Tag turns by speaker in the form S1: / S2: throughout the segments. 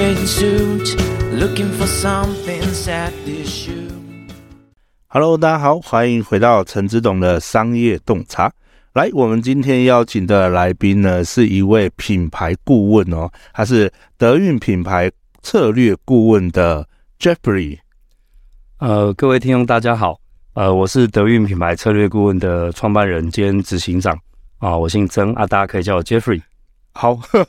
S1: in suit, looking for something sad this shoe.
S2: Hello，大家好，欢迎回到陈之董的商业洞察。来，我们今天邀请的来宾呢，是一位品牌顾问哦，他是德运品牌策略顾问的 Jeffrey。
S3: 呃，各位听众大家好，呃，我是德运品牌策略顾问的创办人兼执行长啊，我姓曾啊，大家可以叫我 Jeffrey。
S2: 好，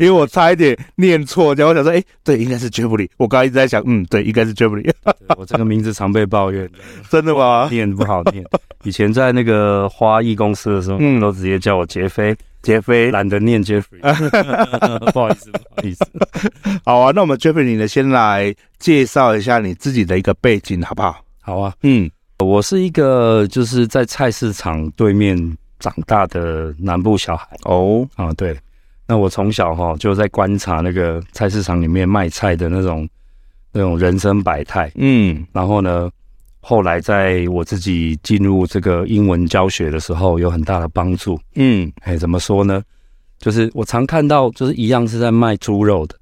S2: 因为我差一点念错，然后我想说，哎，对，应该是 Jeffrey。我刚刚一直在想，嗯，对，应该是 Jeffrey，
S3: 我这个名字常被抱怨，
S2: 真的吗？
S3: 念不好念。以前在那个花艺公司的时候，
S2: 嗯
S3: 都直接叫我杰飞，
S2: 杰飞，
S3: 懒得念 Jeffrey，不好意思，不好意思。
S2: 好啊，那我们 Jeffrey，你呢，先来介绍一下你自己的一个背景，好不好？
S3: 好啊，
S2: 嗯，
S3: 我是一个就是在菜市场对面长大的南部小孩。
S2: 哦，
S3: 啊，对。那我从小哈就在观察那个菜市场里面卖菜的那种那种人生百态，
S2: 嗯，
S3: 然后呢，后来在我自己进入这个英文教学的时候有很大的帮助。
S2: 嗯，
S3: 哎，怎么说呢？就是我常看到，就是一样是在卖猪肉的，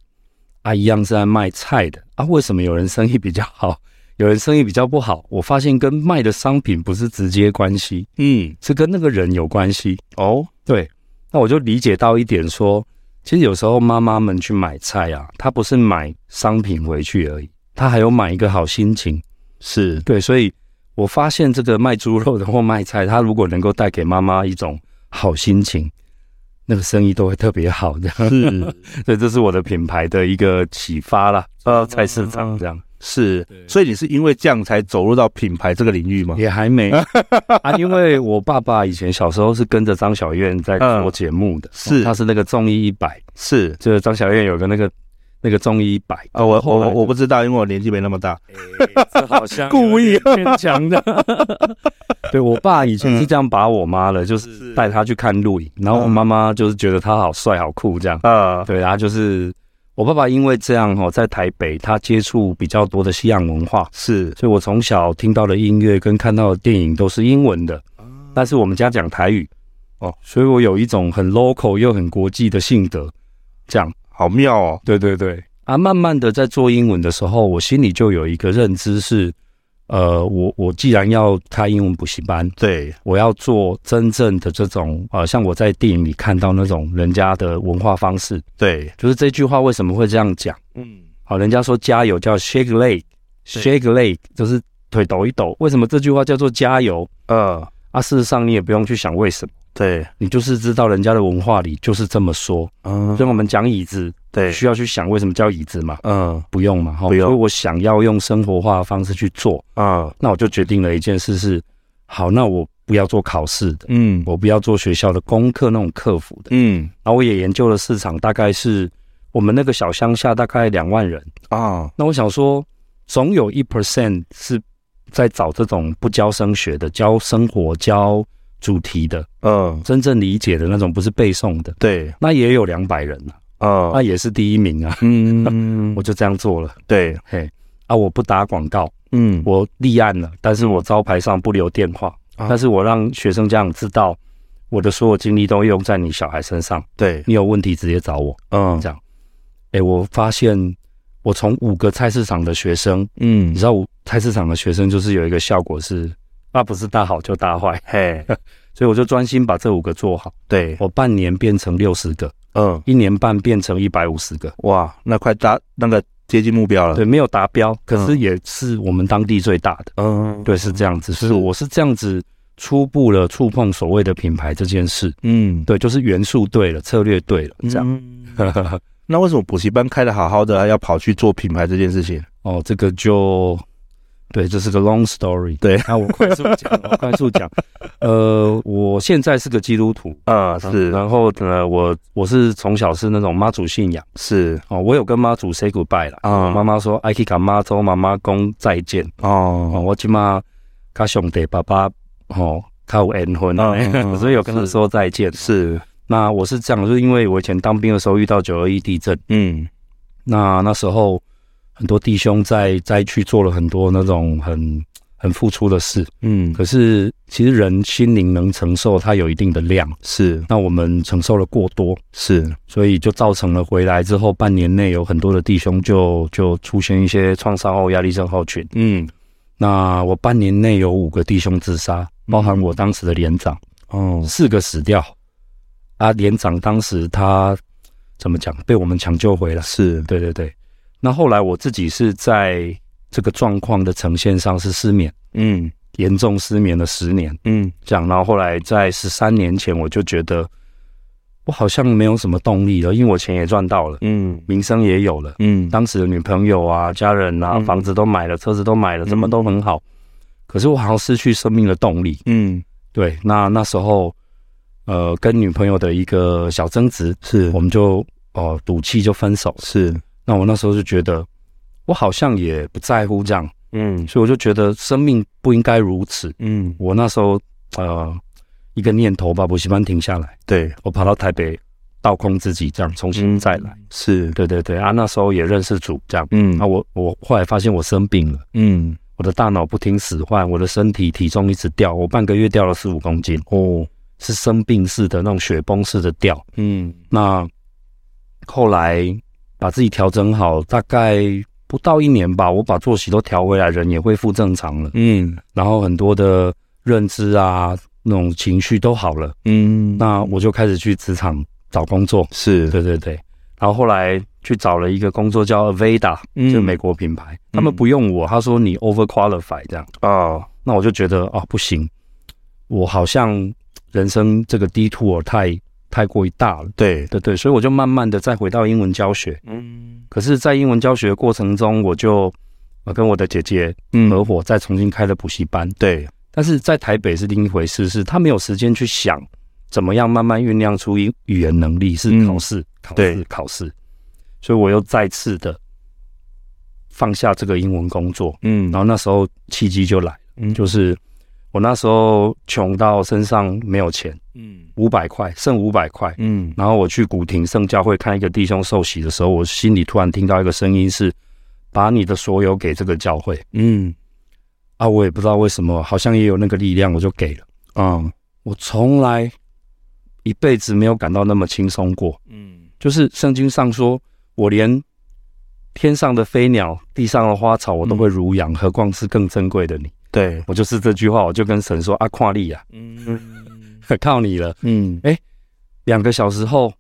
S3: 啊，一样是在卖菜的，啊，为什么有人生意比较好，有人生意比较不好？我发现跟卖的商品不是直接关系，
S2: 嗯，
S3: 是跟那个人有关系。
S2: 哦，
S3: 对，那我就理解到一点说，其实有时候妈妈们去买菜啊，她不是买商品回去而已，她还有买一个好心情。
S2: 是，
S3: 对，所以我发现这个卖猪肉的或卖菜，他如果能够带给妈妈一种好心情，那个生意都会特别好的。
S2: 是嗯
S3: 所以这是我的品牌的一个启发啦。呃，菜市场这样。
S2: 是，所以你是因为这样才走入到品牌这个领域吗？
S3: 也还没啊，因为我爸爸以前小时候是跟着张小燕在
S2: 嗯
S3: 做节目的，
S2: 是
S3: 哦他是那个综艺一百，
S2: 是，
S3: 就是张小燕有个那个那个综艺一百，
S2: 啊，我我
S3: 后来
S2: 我我不知道，因为我年纪没那么大。
S3: 这好像
S2: 故意啊
S3: 偏强 的。对我爸以前是这样把我妈
S2: 嗯
S3: 的，就是带她去看录影，然后我妈妈就是觉得他好帅好酷这样。
S2: 啊，
S3: 对，然后就是我爸爸因为这样哦，在台北他接触比较多的西洋文化，
S2: 是，
S3: 所以我从小听到的音乐跟看到的电影都是英文的，
S2: 啊
S3: 但是我们家讲台语哦，所以我有一种很 local 又很国际的性格，这样。
S2: 好妙哦。
S3: 对对对，啊，慢慢的在做英文的时候，我心里就有一个认知是，呃，我我既然要开英文补习班，
S2: 对，
S3: 我要做真正的这种，呃，像我在电影里看到那种人家的文化方式，
S2: 对，
S3: 就是这句话为什么会这样讲？
S2: 嗯，
S3: 好，人家说加油叫 shake leg，shake leg 就是腿抖一抖，为什么这句话叫做加油？
S2: 呃，
S3: 啊，事实上你也不用去想为什么，
S2: 对，
S3: 你就是知道人家的文化里就是这么说。
S2: 嗯，
S3: 所以我们讲椅子，
S2: 对，
S3: 需要去想为什么叫椅子嘛？
S2: 嗯，
S3: 不用嘛，哈，
S2: 不用
S3: 所以我想要用生活化的方式去做，
S2: 啊，
S3: 那我就决定了一件事是，好，那我不要做考试的，
S2: 嗯，
S3: 我不要做学校的功课那种客服的。
S2: 嗯，
S3: 然后我也研究了市场，大概是我们那个小乡下大概两万人，
S2: 啊，
S3: 那我想说，总有一 percent 是在找这种不教升学的，教生活、教主题的，
S2: 嗯，
S3: 真正理解的那种，不是背诵的。
S2: 对，
S3: 那也有两百人了、
S2: 啊
S3: 那，也是第一名啊，
S2: 嗯
S3: 哎我，就这样做了，
S2: 对，
S3: 嘿。啊，我不打广告，
S2: 嗯，
S3: 我立案了，但是我招牌上不留电话，
S2: 啊
S3: 但是我让学生家长知道，我的所有精力都用在你小孩身上，
S2: 对，
S3: 你有问题直接找我。
S2: 嗯
S3: 这，样，哎，我发现我从五个菜市场的学生，
S2: 嗯
S3: 你知，道五菜市场的学生就是有一个效果是，那不是大好就大坏，
S2: 嘿，
S3: 所以我就专心把这五个做好，
S2: 对，
S3: 我半年变成六十个，
S2: 嗯，
S3: 一年半变成一百五十个，
S2: 哇，那快达那个接近目标了。
S3: 对，，没有达标，可是也是我们当地最大的。
S2: 嗯，
S3: 对，是这样子，
S2: 是
S3: 是我是这样子初步了触碰所谓的品牌这件事，
S2: 嗯，
S3: 对，就是元素对了，策略对了，这样。
S2: 样。那为什么补习班开的好好的，要跑去做品牌这件事情？
S3: 哦，这个就对，这是个 long story。
S2: 对，
S3: 那我快速讲，我快速讲。呃，我现在是个基督徒，
S2: 啊，是
S3: 然后呢，我我是从小是那种妈祖信仰
S2: 是
S3: 哦，我有跟妈祖 say goodbye 了。
S2: 啊，
S3: 妈妈说：“I K 卡妈周妈妈公再见哦，
S2: 哦，
S3: 我今妈卡兄弟爸爸哦，卡有缘分，啊
S2: 嗯嗯嗯
S3: 所以有跟他说再见。
S2: 是，
S3: 那我是这样，就是因为我以前当兵的时候遇到九二一地震，
S2: 嗯
S3: 那那时候很多弟兄在灾区做了很多那种很很付出的事。
S2: 嗯，
S3: 可是其实人心灵能承受它有一定的量，
S2: 是
S3: 那我们承受了过多，
S2: 是，
S3: 所以就造成了回来之后半年内有很多的弟兄就就出现一些创伤后压力症候群。
S2: 嗯，
S3: 那我半年内有五个弟兄自杀，包含我当时的连长，
S2: 嗯哦，
S3: 四个死掉。啊，连长当时他怎么讲？被我们抢救回来。
S2: 是，
S3: 对对对。那后来我自己是在这个状况的呈现上是失眠，
S2: 嗯
S3: 严重失眠了十年。
S2: 嗯
S3: 这样，然后后来在十三年前，我就觉得我好像没有什么动力了，因为我钱也赚到了，
S2: 嗯
S3: 名声也有了，
S2: 嗯，
S3: 当时的女朋友啊、家人啊、
S2: 嗯
S3: 房子都买了，车子都买了，
S2: 嗯
S3: 什么都很好。可是我好像失去生命的动力。
S2: 嗯
S3: 对，那那时候，呃，跟女朋友的一个小争执，
S2: 是
S3: 我们就哦赌气就分手了。
S2: 是，
S3: 那我那时候就觉得，我好像也不在乎这样，
S2: 嗯
S3: 所以我就觉得生命不应该如此。
S2: 嗯，
S3: 我那时候呃一个念头把补习班停下来，
S2: 对，
S3: 我跑到台北倒空自己，这样重新再来。
S2: 嗯是，
S3: 对对对啊，那时候也认识主这样。
S2: 嗯
S3: 啊，我我后来发现我生病了，
S2: 嗯
S3: 我的大脑不听使唤，我的身体体重一直掉，我半个月掉了十五公斤，
S2: 哦，
S3: 是生病式的那种雪崩式的掉。
S2: 嗯
S3: 那后来把自己调整好，大概不到一年吧，我把作息都调回来，人也恢复正常了，
S2: 嗯
S3: 然后很多的认知啊，那种情绪都好了。
S2: 嗯，
S3: 那我就开始去职场找工作，
S2: 是，
S3: 对对对。然后后来去找了一个工作叫 Aveda，
S2: 嗯
S3: 就美国品牌，
S2: 嗯
S3: 他们不用我，他说你 over qualify 这样。
S2: 哦，
S3: 那我就觉得啊，不行，我好像人生这个 detour 太太过于大了，
S2: 对，
S3: 对对，所以我就慢慢的再回到英文教学。
S2: 嗯
S3: 可是，在英文教学的过程中，我就呃跟我的姐姐合
S2: 嗯，
S3: 伙再重新开了补习班。
S2: 对，
S3: 但是在台北是另一回事，是他没有时间去想怎么样慢慢酝酿出语语言能力，是
S2: 嗯
S3: 考试、考
S2: 对
S3: 试、考试。所以我又再次的放下这个英文工作，
S2: 嗯，
S3: 然后那时候契机就来，
S2: 嗯
S3: 就是我那时候穷到身上没有钱，
S2: 嗯
S3: 五百块剩五百块，
S2: 嗯
S3: 然后我去古亭圣教会看一个弟兄受洗的时候，我心里突然听到一个声音是：把你的所有给这个教会
S2: 嗯
S3: 啊！我也不知道为什么，好像也有那个力量，我就给了。嗯
S2: 啊，
S3: 我从来一辈子没有感到那么轻松过。
S2: 嗯
S3: 就是圣经上说，我连天上的飞鸟、地上的花草，我都会如养，何况是更珍贵的你？
S2: 对，
S3: 我就是这句话，我就跟神说：“啊，跨力啊，
S2: 嗯
S3: 靠你了。
S2: 嗯”
S3: 两个小时后，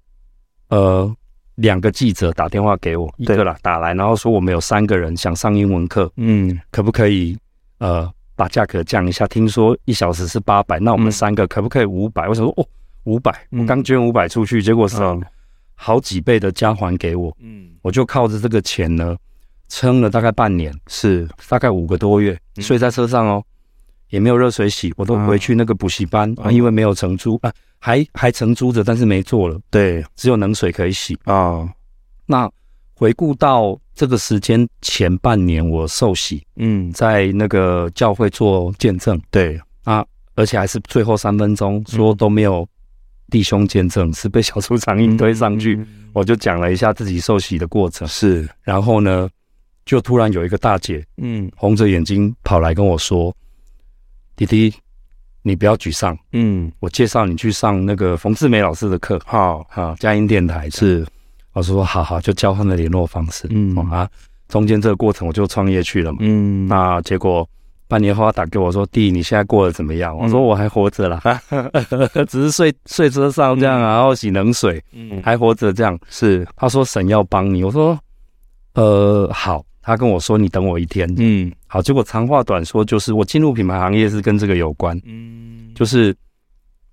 S3: 呃，两个记者打电话给我，一
S2: 对
S3: 个啦打来，然后说我们有三个人想上英文课，
S2: 嗯
S3: 可不可以呃把价格降一下？听说一小时是八百，那我
S2: 嗯
S3: 们三个可不可以五百？我想说哦，五百，
S2: 嗯
S3: 我刚捐五百出去，结果是
S2: 嗯
S3: 好几倍的加还给我，
S2: 嗯，
S3: 我就靠着这个钱呢，撑了大概半年，
S2: 是，
S3: 大概五个多月，
S2: 嗯
S3: 睡在车上哦，也没有热水洗，我都
S2: 啊
S3: 回去那个补习班啊，
S2: 嗯
S3: 因为没有承租啊，还还承租着，但是没做了，
S2: 对
S3: 只有冷水可以洗。
S2: 啊，
S3: 那回顾到这个时间前半年，我受洗，
S2: 嗯
S3: 在那个教会做见证，啊
S2: 对，嗯
S3: 而且还是最后三分钟说都没有弟兄见证，是被小组长硬推上
S2: 嗯
S3: 去。我就讲了一下自己受洗的过程，
S2: 是，
S3: 然后呢，就突然有一个大姐
S2: 嗯
S3: 红着眼睛跑来跟我说：“弟弟，你不要沮丧，
S2: 嗯，
S3: 我介绍你去上那个冯志梅老师的课，
S2: 好，
S3: 啊，佳音电台。”
S2: 是，
S3: 我说：“好好，就交换了联络方式。”
S2: 嗯
S3: 哦啊，中间这个过程我就创业去了嘛。
S2: 嗯
S3: 那结果半年后他打给我说：“弟，你现在过得怎么样？”我
S2: 嗯
S3: 说：“我还活着啦， 只是睡睡车上这样，啊然后洗冷水，
S2: 嗯，
S3: 还活着这样。”
S2: 是，
S3: 他说：“神要帮你。”我说：“呃，好。”他跟我说：“你等我一天。
S2: 嗯
S3: 好，结果长话短说，就是我进入品牌行业是跟这个有关，
S2: 嗯，
S3: 就是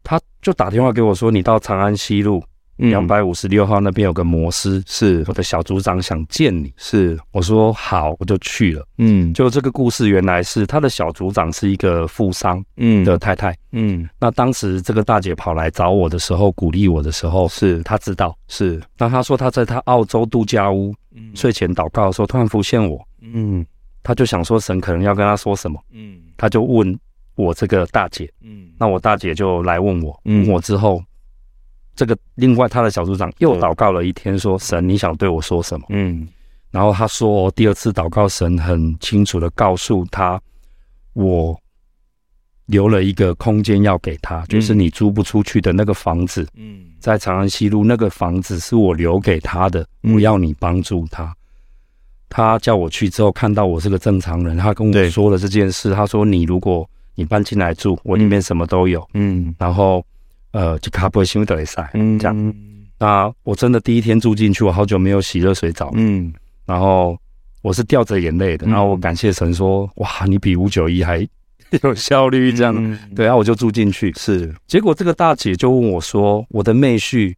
S3: 他就打电话给我说：“你到长安西路两百五十六号那边有个摩斯，
S2: 嗯是
S3: 我的小组长想见你。
S2: 是，”
S3: 我说：“好，我就去了。”
S2: 嗯
S3: 就这个故事原来是他的小组长是一个富商
S2: 嗯
S3: 的太太，
S2: 嗯
S3: 那当时这个大姐跑来找我的时候，鼓励我的时候，
S2: 是
S3: 她知道。
S2: 是，
S3: 那她说她在她澳洲度假屋睡前祷告的时候，突然浮现我，
S2: 嗯
S3: 她就想说神可能要跟她说什么，
S2: 嗯
S3: 她就问我这个大姐，
S2: 嗯，
S3: 那我大姐就来问我，
S2: 嗯
S3: 问我之后，这个另外她的小组长又祷告了一天说，神你想对我说什么？
S2: 嗯
S3: 哦然后她说、第二次祷告，神很清楚的告诉她，我留了一个空间要给他，就是你租不出去的那个房子，
S2: 嗯
S3: 在长安西路那个房子是我留给他的，
S2: 嗯
S3: 我要你帮助他。他叫我去之后，看到我是个正常人，他跟
S2: 对
S3: 我说了这件事。他说：“你如果你搬进来住，我里面什么都有。
S2: 嗯
S3: 然后，呃，就卡布辛德雷塞。
S2: 嗯，
S3: 这样那我真的第一天住进去，我好久没有洗热水澡，
S2: 嗯
S3: 然后我是掉着眼泪的。
S2: 嗯
S3: 然后我感谢神说：哇，你比五九一还 有效率这样。
S2: 嗯
S3: 对，然啊后我就住进去。
S2: 是
S3: 结果这个大姐就问我说：“我的妹婿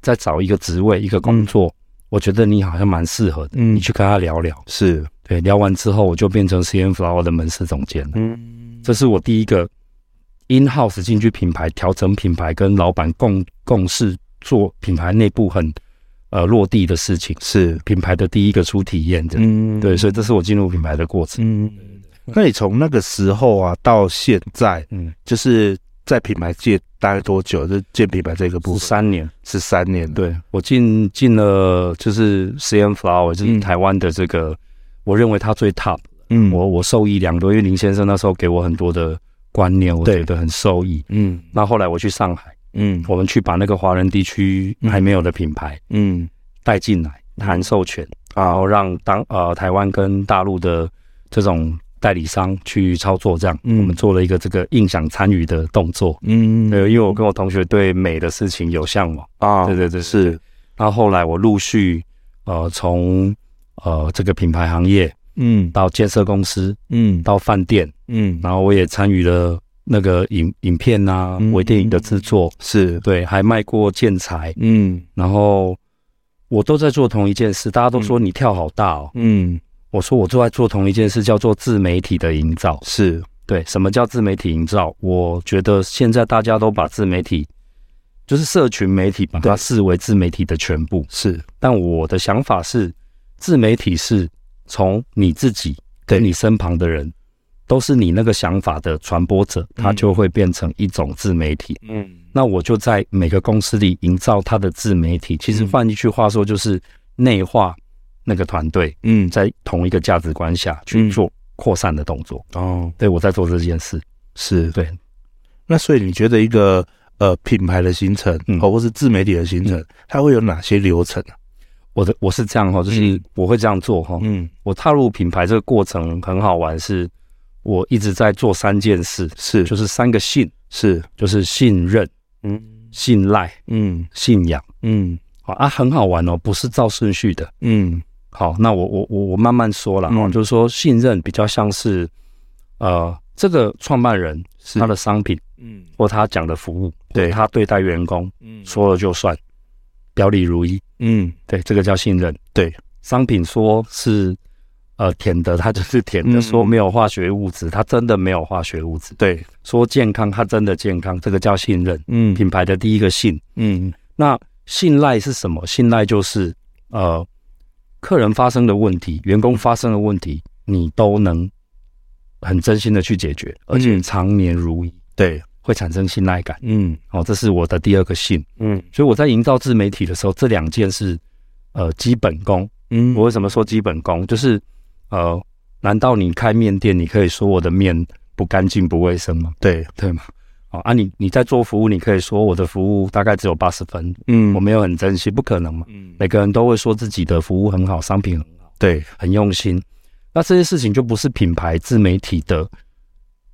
S3: 在找一个职位，一个工作，我觉得你好像蛮适合的，
S2: 嗯
S3: 你去跟他聊聊。
S2: 是”
S3: 对，聊完之后，我就变成 CN Flower 的门市总监了。
S2: 嗯
S3: 这是我第一个 in house 进去品牌调整品牌，跟老板共共事做品牌内部很呃落地的事情，
S2: 是
S3: 品牌的第一个初体验的。
S2: 嗯
S3: 对，所以这是我进入品牌的过程。
S2: 嗯，那你从那个时候啊到现在，
S3: 嗯，
S2: 就是在品牌界待多久？就建品牌这个部
S3: 不
S2: 分
S3: 三年。
S2: 是三年，，
S3: 对我进进了就是 CN Flower，就是
S2: 嗯
S3: 台湾的这个，我认为它最 top。
S2: 嗯，
S3: 我我受益良多，因为林先生那时候给我很多的观念，我
S2: 对
S3: 觉得很受益。
S2: 嗯
S3: 那后来我去上海，
S2: 嗯
S3: 我们去把那个华人地区还没有的品牌
S2: 嗯
S3: 带进来，谈授权，然
S2: 啊
S3: 后让当呃台湾跟大陆的这种代理商去操作，这样
S2: 嗯
S3: 我们做了一个这个印象参与的动作。
S2: 嗯
S3: 对，因为我跟我同学对美的事情有向往。
S2: 啊
S3: 对对对
S2: 是
S3: 那后来我陆续呃从呃这个品牌行业
S2: 嗯
S3: 到建设公司，
S2: 嗯
S3: 到饭店，
S2: 嗯
S3: 然后我也参与了那个影影片啊
S2: 嗯、
S3: 微电影的制作，
S2: 是
S3: 对，还卖过建材，
S2: 嗯
S3: 然后我都在做同一件事。大家都说你跳好大哦，
S2: 嗯
S3: 我说我都在做同一件事，叫做自媒体的营造。
S2: 是
S3: 对，什么叫自媒体营造？我觉得现在大家都把自媒体，就是社群媒体，把它
S2: 对
S3: 视为自媒体的全部。
S2: 是
S3: 但我的想法是，自媒体是从你自己
S2: 对
S3: 跟你身旁的人，都是你那个想法的传播者，他就会变成一种自媒体。
S2: 嗯
S3: 那我就在每个公司里营造他的自媒体。其实
S2: 嗯
S3: 换一句话说，就是内化那个团队，
S2: 嗯
S3: 在同一个价值观下去做扩散的动作。
S2: 哦
S3: 对我在做这件事，
S2: 是
S3: 对，
S2: 那所以你觉得一个呃品牌的形成，
S3: 嗯
S2: 哦，或是自媒体的形成，它会有哪些流程啊？
S3: 我的我是这样哈，就是
S2: 嗯
S3: 我会这样做哈。
S2: 嗯，
S3: 我踏入品牌这个过程很好玩，是我一直在做三件事，
S2: 是
S3: 就是是三个信，
S2: 是
S3: 就是信任、
S2: 嗯
S3: 信赖、
S2: 嗯
S3: 信仰。
S2: 嗯
S3: 好啊，很好玩哦，不是照顺序的。
S2: 嗯
S3: 好，那我我我我慢慢说啦。
S2: 嗯
S3: 哦，就是说信任比较像是，呃，这个创办人
S2: 是
S3: 他的商品
S2: 嗯
S3: 或他讲的服务，
S2: 对
S3: 他对待员工
S2: 嗯
S3: 说了就算，表里如一，
S2: 嗯
S3: 对，这个叫信任。
S2: 对，
S3: 商品说是呃甜的，它就是甜的；
S2: 嗯
S3: 说没有化学物质，它真的没有化学物质；
S2: 对
S3: 说健康，它真的健康，这个叫信任。
S2: 嗯
S3: 品牌的第一个信。
S2: 嗯
S3: 那信赖是什么？信赖就是呃，客人发生的问题，员工发生的问题，你都能很真心的去解决，而且常年如一，
S2: 对
S3: 会产生信赖感。
S2: 嗯
S3: 哦，这是我的第二个信。
S2: 嗯
S3: 所以我在营造自媒体的时候，这两件是呃基本功。
S2: 嗯
S3: 我为什么说基本功？就是呃，难道你开面店，你可以说我的面不干净、不卫生吗？
S2: 对
S3: 对吗？哦啊你，你在做服务，你可以说我的服务大概只有八十分，
S2: 嗯
S3: 我没有很珍惜，不可能嘛。
S2: 嗯
S3: 每个人都会说自己的服务很好，商品很好，
S2: 对
S3: 很用心。那这些事情就不是品牌自媒体的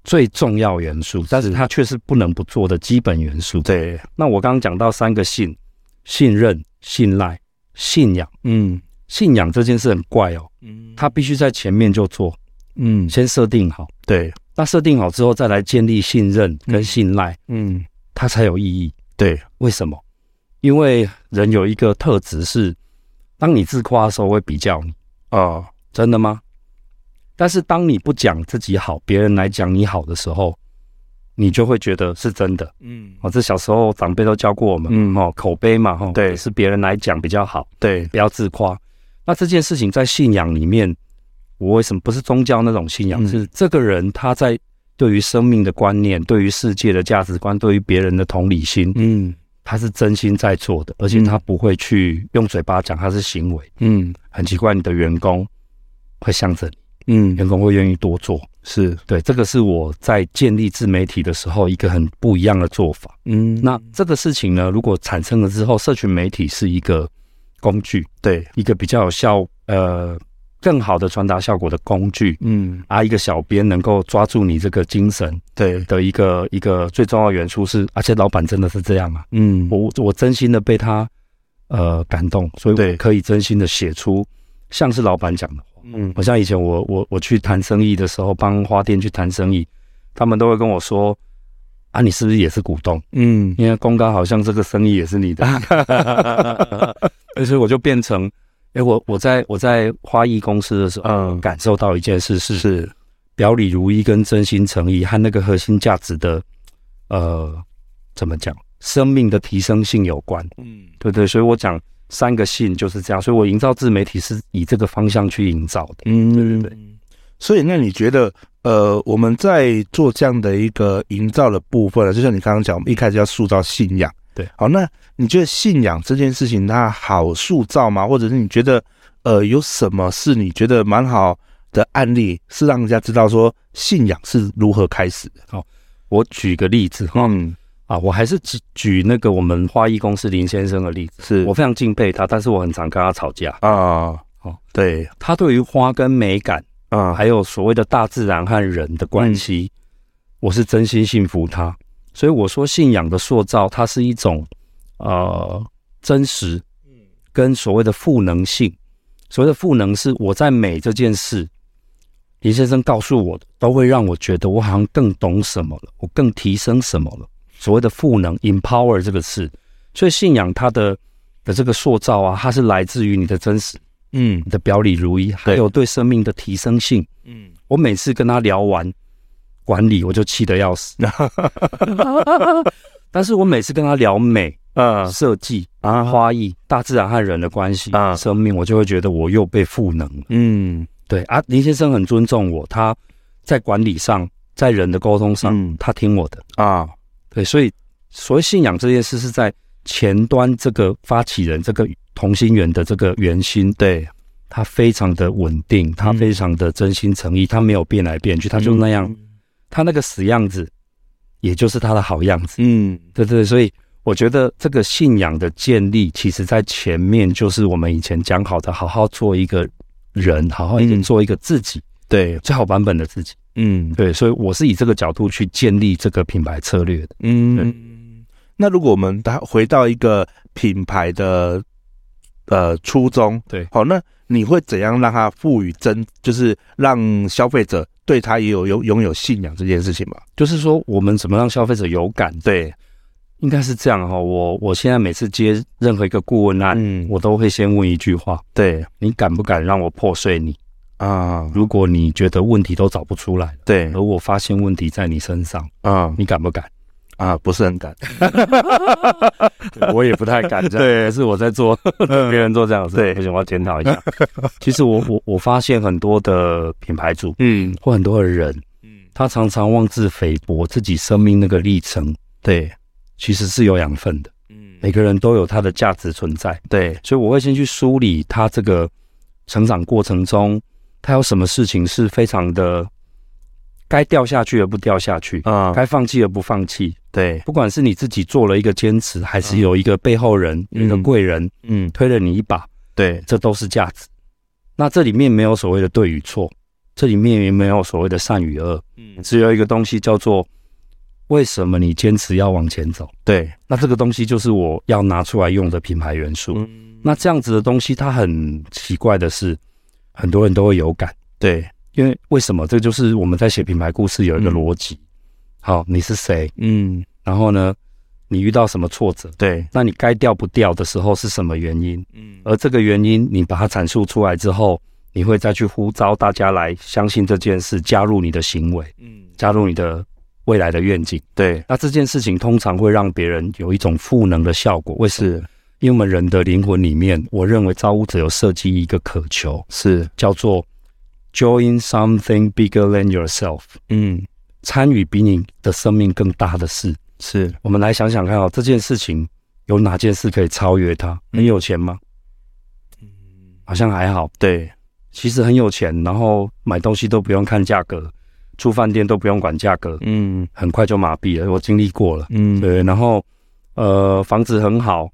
S3: 最重要元素，但是它却是不能不做的基本元素。
S2: 对
S3: 那我刚刚讲到三个信：信任、信赖、信仰。
S2: 嗯
S3: 信仰这件事很怪哦，
S2: 嗯
S3: 它必须在前面就做，
S2: 嗯
S3: 先设定好。
S2: 对
S3: 那设定好之后，再来建立信任跟信赖，
S2: 嗯
S3: 它才有意义。
S2: 对
S3: 为什么？因为人有一个特质是，当你自夸的时候会比较你，
S2: 哦
S3: 真的吗？但是当你不讲自己好，别人来讲你好的时候，你就会觉得是真的。
S2: 嗯
S3: 哦，这小时候长辈都教过我们，
S2: 嗯
S3: 哦，口碑嘛，哈、哦，
S2: 对
S3: 是别人来讲比较好，
S2: 对
S3: 不要自夸。那这件事情在信仰里面，我为什么不是宗教那种信仰？
S2: 嗯
S3: 是这个人他在对于生命的观念、对于世界的价值观、对于别人的同理心，
S2: 嗯
S3: 他是真心在做的，而且他不会去用嘴巴讲，他是行为。
S2: 嗯
S3: 很奇怪，你的员工会向着你，
S2: 嗯
S3: 员工会愿意多做。
S2: 是，
S3: 对，这个是我在建立自媒体的时候一个很不一样的做法。
S2: 嗯，
S3: 那这个事情呢，如果产生了之后，社群媒体是一个工具，
S2: 对，
S3: 一个比较有效呃更好的传达效果的工具
S2: 嗯，
S3: 啊，一个小编能够抓住你这个精神
S2: 对，
S3: 的一个一个最重要的元素是，而且老板真的是这样啊，
S2: 嗯，
S3: 我我真心的被他呃感动，所以
S2: 对
S3: 我可以真心的写出像是老板讲的话。
S2: 嗯，
S3: 我像以前我我我去谈生意的时候，帮花店去谈生意，他们都会跟我说：“啊，你是不是也是股东？
S2: 嗯，
S3: 因为公告好像这个生意也是 你的。”但是我就变成，哎、我我在我在花艺公司的时候，
S2: 嗯
S3: 感受到一件事是
S2: 是，
S3: 表里如一跟真心诚意和那个核心价值的，呃，怎么讲，生命的提升性有关。
S2: 嗯，
S3: 对对，所以我讲三个性就是这样，所以我营造自媒体是以这个方向去营造的。
S2: 嗯，所以那你觉得，呃，我们在做这样的一个营造的部分啊呢，就像你刚刚讲，我们一开始要塑造信仰，
S3: 对，
S2: 好，那你觉得信仰这件事情它好塑造吗？或者是你觉得，呃，有什么是你觉得蛮好的案例，是让人家知道说信仰是如何开始的？
S3: 我举个例子哈、
S2: 嗯，
S3: 啊，我还是举举那个我们花艺公司林先生的例子，
S2: 是
S3: 我非常敬佩他，但是我很常跟他吵架。
S2: 啊，
S3: 好，
S2: 对，
S3: 他对于花跟美感，
S2: 啊，
S3: 还有所谓的大自然和人的关系，我是真心信服他。所以我说，信仰的塑造，它是一种呃真实，跟所谓的赋能性。所谓的赋能是我在美这件事，林先生告诉我的，都会让我觉得我好像更懂什么了，我更提升什么了。所谓的赋能 （empower） 这个事，所以信仰它的的这个塑造啊，它是来自于你的真实、
S2: 嗯
S3: 你的表里如一，还有对生命的提升性。
S2: 嗯，
S3: 我每次跟他聊完管理，我就气得 要死。但是我每次跟他聊美、
S2: 啊
S3: 设计、
S2: 啊
S3: 花艺、大自然和人的关系、
S2: 啊
S3: 生命，我就会觉得我又被赋能了。
S2: 嗯
S3: 对啊，林先生很尊重我，他在管理上，在人的沟通上，
S2: 嗯
S3: 他听我的。
S2: 啊，
S3: 对，所以所谓信仰这件事，是在前端这个发起人、这个同心圆的这个圆心
S2: 对，
S3: 他非常的稳定，他
S2: 嗯
S3: 非常的真心诚意，他没有变来变去，他就那样，
S2: 嗯
S3: 他那个死样子，也就是他的好样子。
S2: 嗯，
S3: 对对，对所以我觉得这个信仰的建立，其实在前面就是我们以前讲好的，好好做一个人，好好一个
S2: 嗯
S3: 做一个自己、
S2: 对，
S3: 最好版本的自己。
S2: 嗯
S3: 对，所以我是以这个角度去建立这个品牌策略的。对
S2: 嗯，那如果我们它回到一个品牌的呃初衷，
S3: 对
S2: 好，那你会怎样让它赋予真，就是让消费者对它也有拥拥有信仰这件事情嘛？
S3: 就是说，我们怎么让消费者有感？
S2: 对，
S3: 应该是这样哈、我我现在每次接任何一个顾问案，
S2: 嗯，
S3: 我都会先问一句话：
S2: 对
S3: 你敢不敢让我破碎你？
S2: 啊，
S3: 如果你觉得问题都找不出来，
S2: 对
S3: 而我发现问题在你身上，
S2: 啊
S3: 你敢不敢？
S2: 啊，不是很敢，
S3: 我也不太敢这样，对，是我在做 别人做这样的
S2: 嗯
S3: 事，
S2: 对
S3: 不行，我要检讨一下。 其实我我我发现很多的品牌主
S2: 嗯
S3: 或很多的人，
S2: 嗯，
S3: 他常常妄自菲薄，自己生命那个历程
S2: 对，
S3: 其实是有养分的，
S2: 嗯
S3: 每个人都有他的价值存在。
S2: 对，
S3: 所以我会先去梳理他这个成长过程中，他有什么事情是非常的该掉下去而不掉下去，
S2: 啊，
S3: 该放弃而不放弃。
S2: 对，
S3: 不管是你自己做了一个坚持，还是有一个背后人、
S2: 嗯
S3: 有一个贵人
S2: 嗯，
S3: 推了你一把，
S2: 对，
S3: 这都是价值。那这里面没有所谓的对与错，这里面也没有所谓的善与恶，
S2: 嗯，
S3: 只有一个东西叫做为什么你坚持要往前走。
S2: 对，
S3: 那这个东西就是我要拿出来用的品牌元素。
S2: 嗯，
S3: 那这样子的东西，它很奇怪的是，很多人都会有感，
S2: 对，
S3: 因为为什么？这就是我们在写品牌故事有一个
S2: 嗯
S3: 逻辑。好，你是谁？
S2: 嗯，
S3: 然后呢，你遇到什么挫折？
S2: 对，
S3: 那你该掉不掉的时候是什么原因？
S2: 嗯，
S3: 而这个原因，你把它阐述出来之后，你会再去呼召大家来相信这件事，加入你的行为，
S2: 嗯，
S3: 加入你的未来的愿景。
S2: 对，
S3: 那这件事情通常会让别人有一种赋能的效果。为什么？
S2: 是
S3: 因为我们人的灵魂里面，我认为造物者有设计一个渴求，
S2: 是，
S3: 叫做 “join something bigger than yourself”，
S2: 嗯，
S3: 参与比你的生命更大的事。
S2: 是，
S3: 我们来想想看哦，这件事情有哪件事可以超越它？
S2: 嗯
S3: 很有钱吗？好像还好。
S2: 对，
S3: 其实很有钱，然后买东西都不用看价格，住饭店都不用管价格，
S2: 嗯
S3: 很快就麻痹了。我经历过了，
S2: 嗯，
S3: 对，然后呃，房子很好，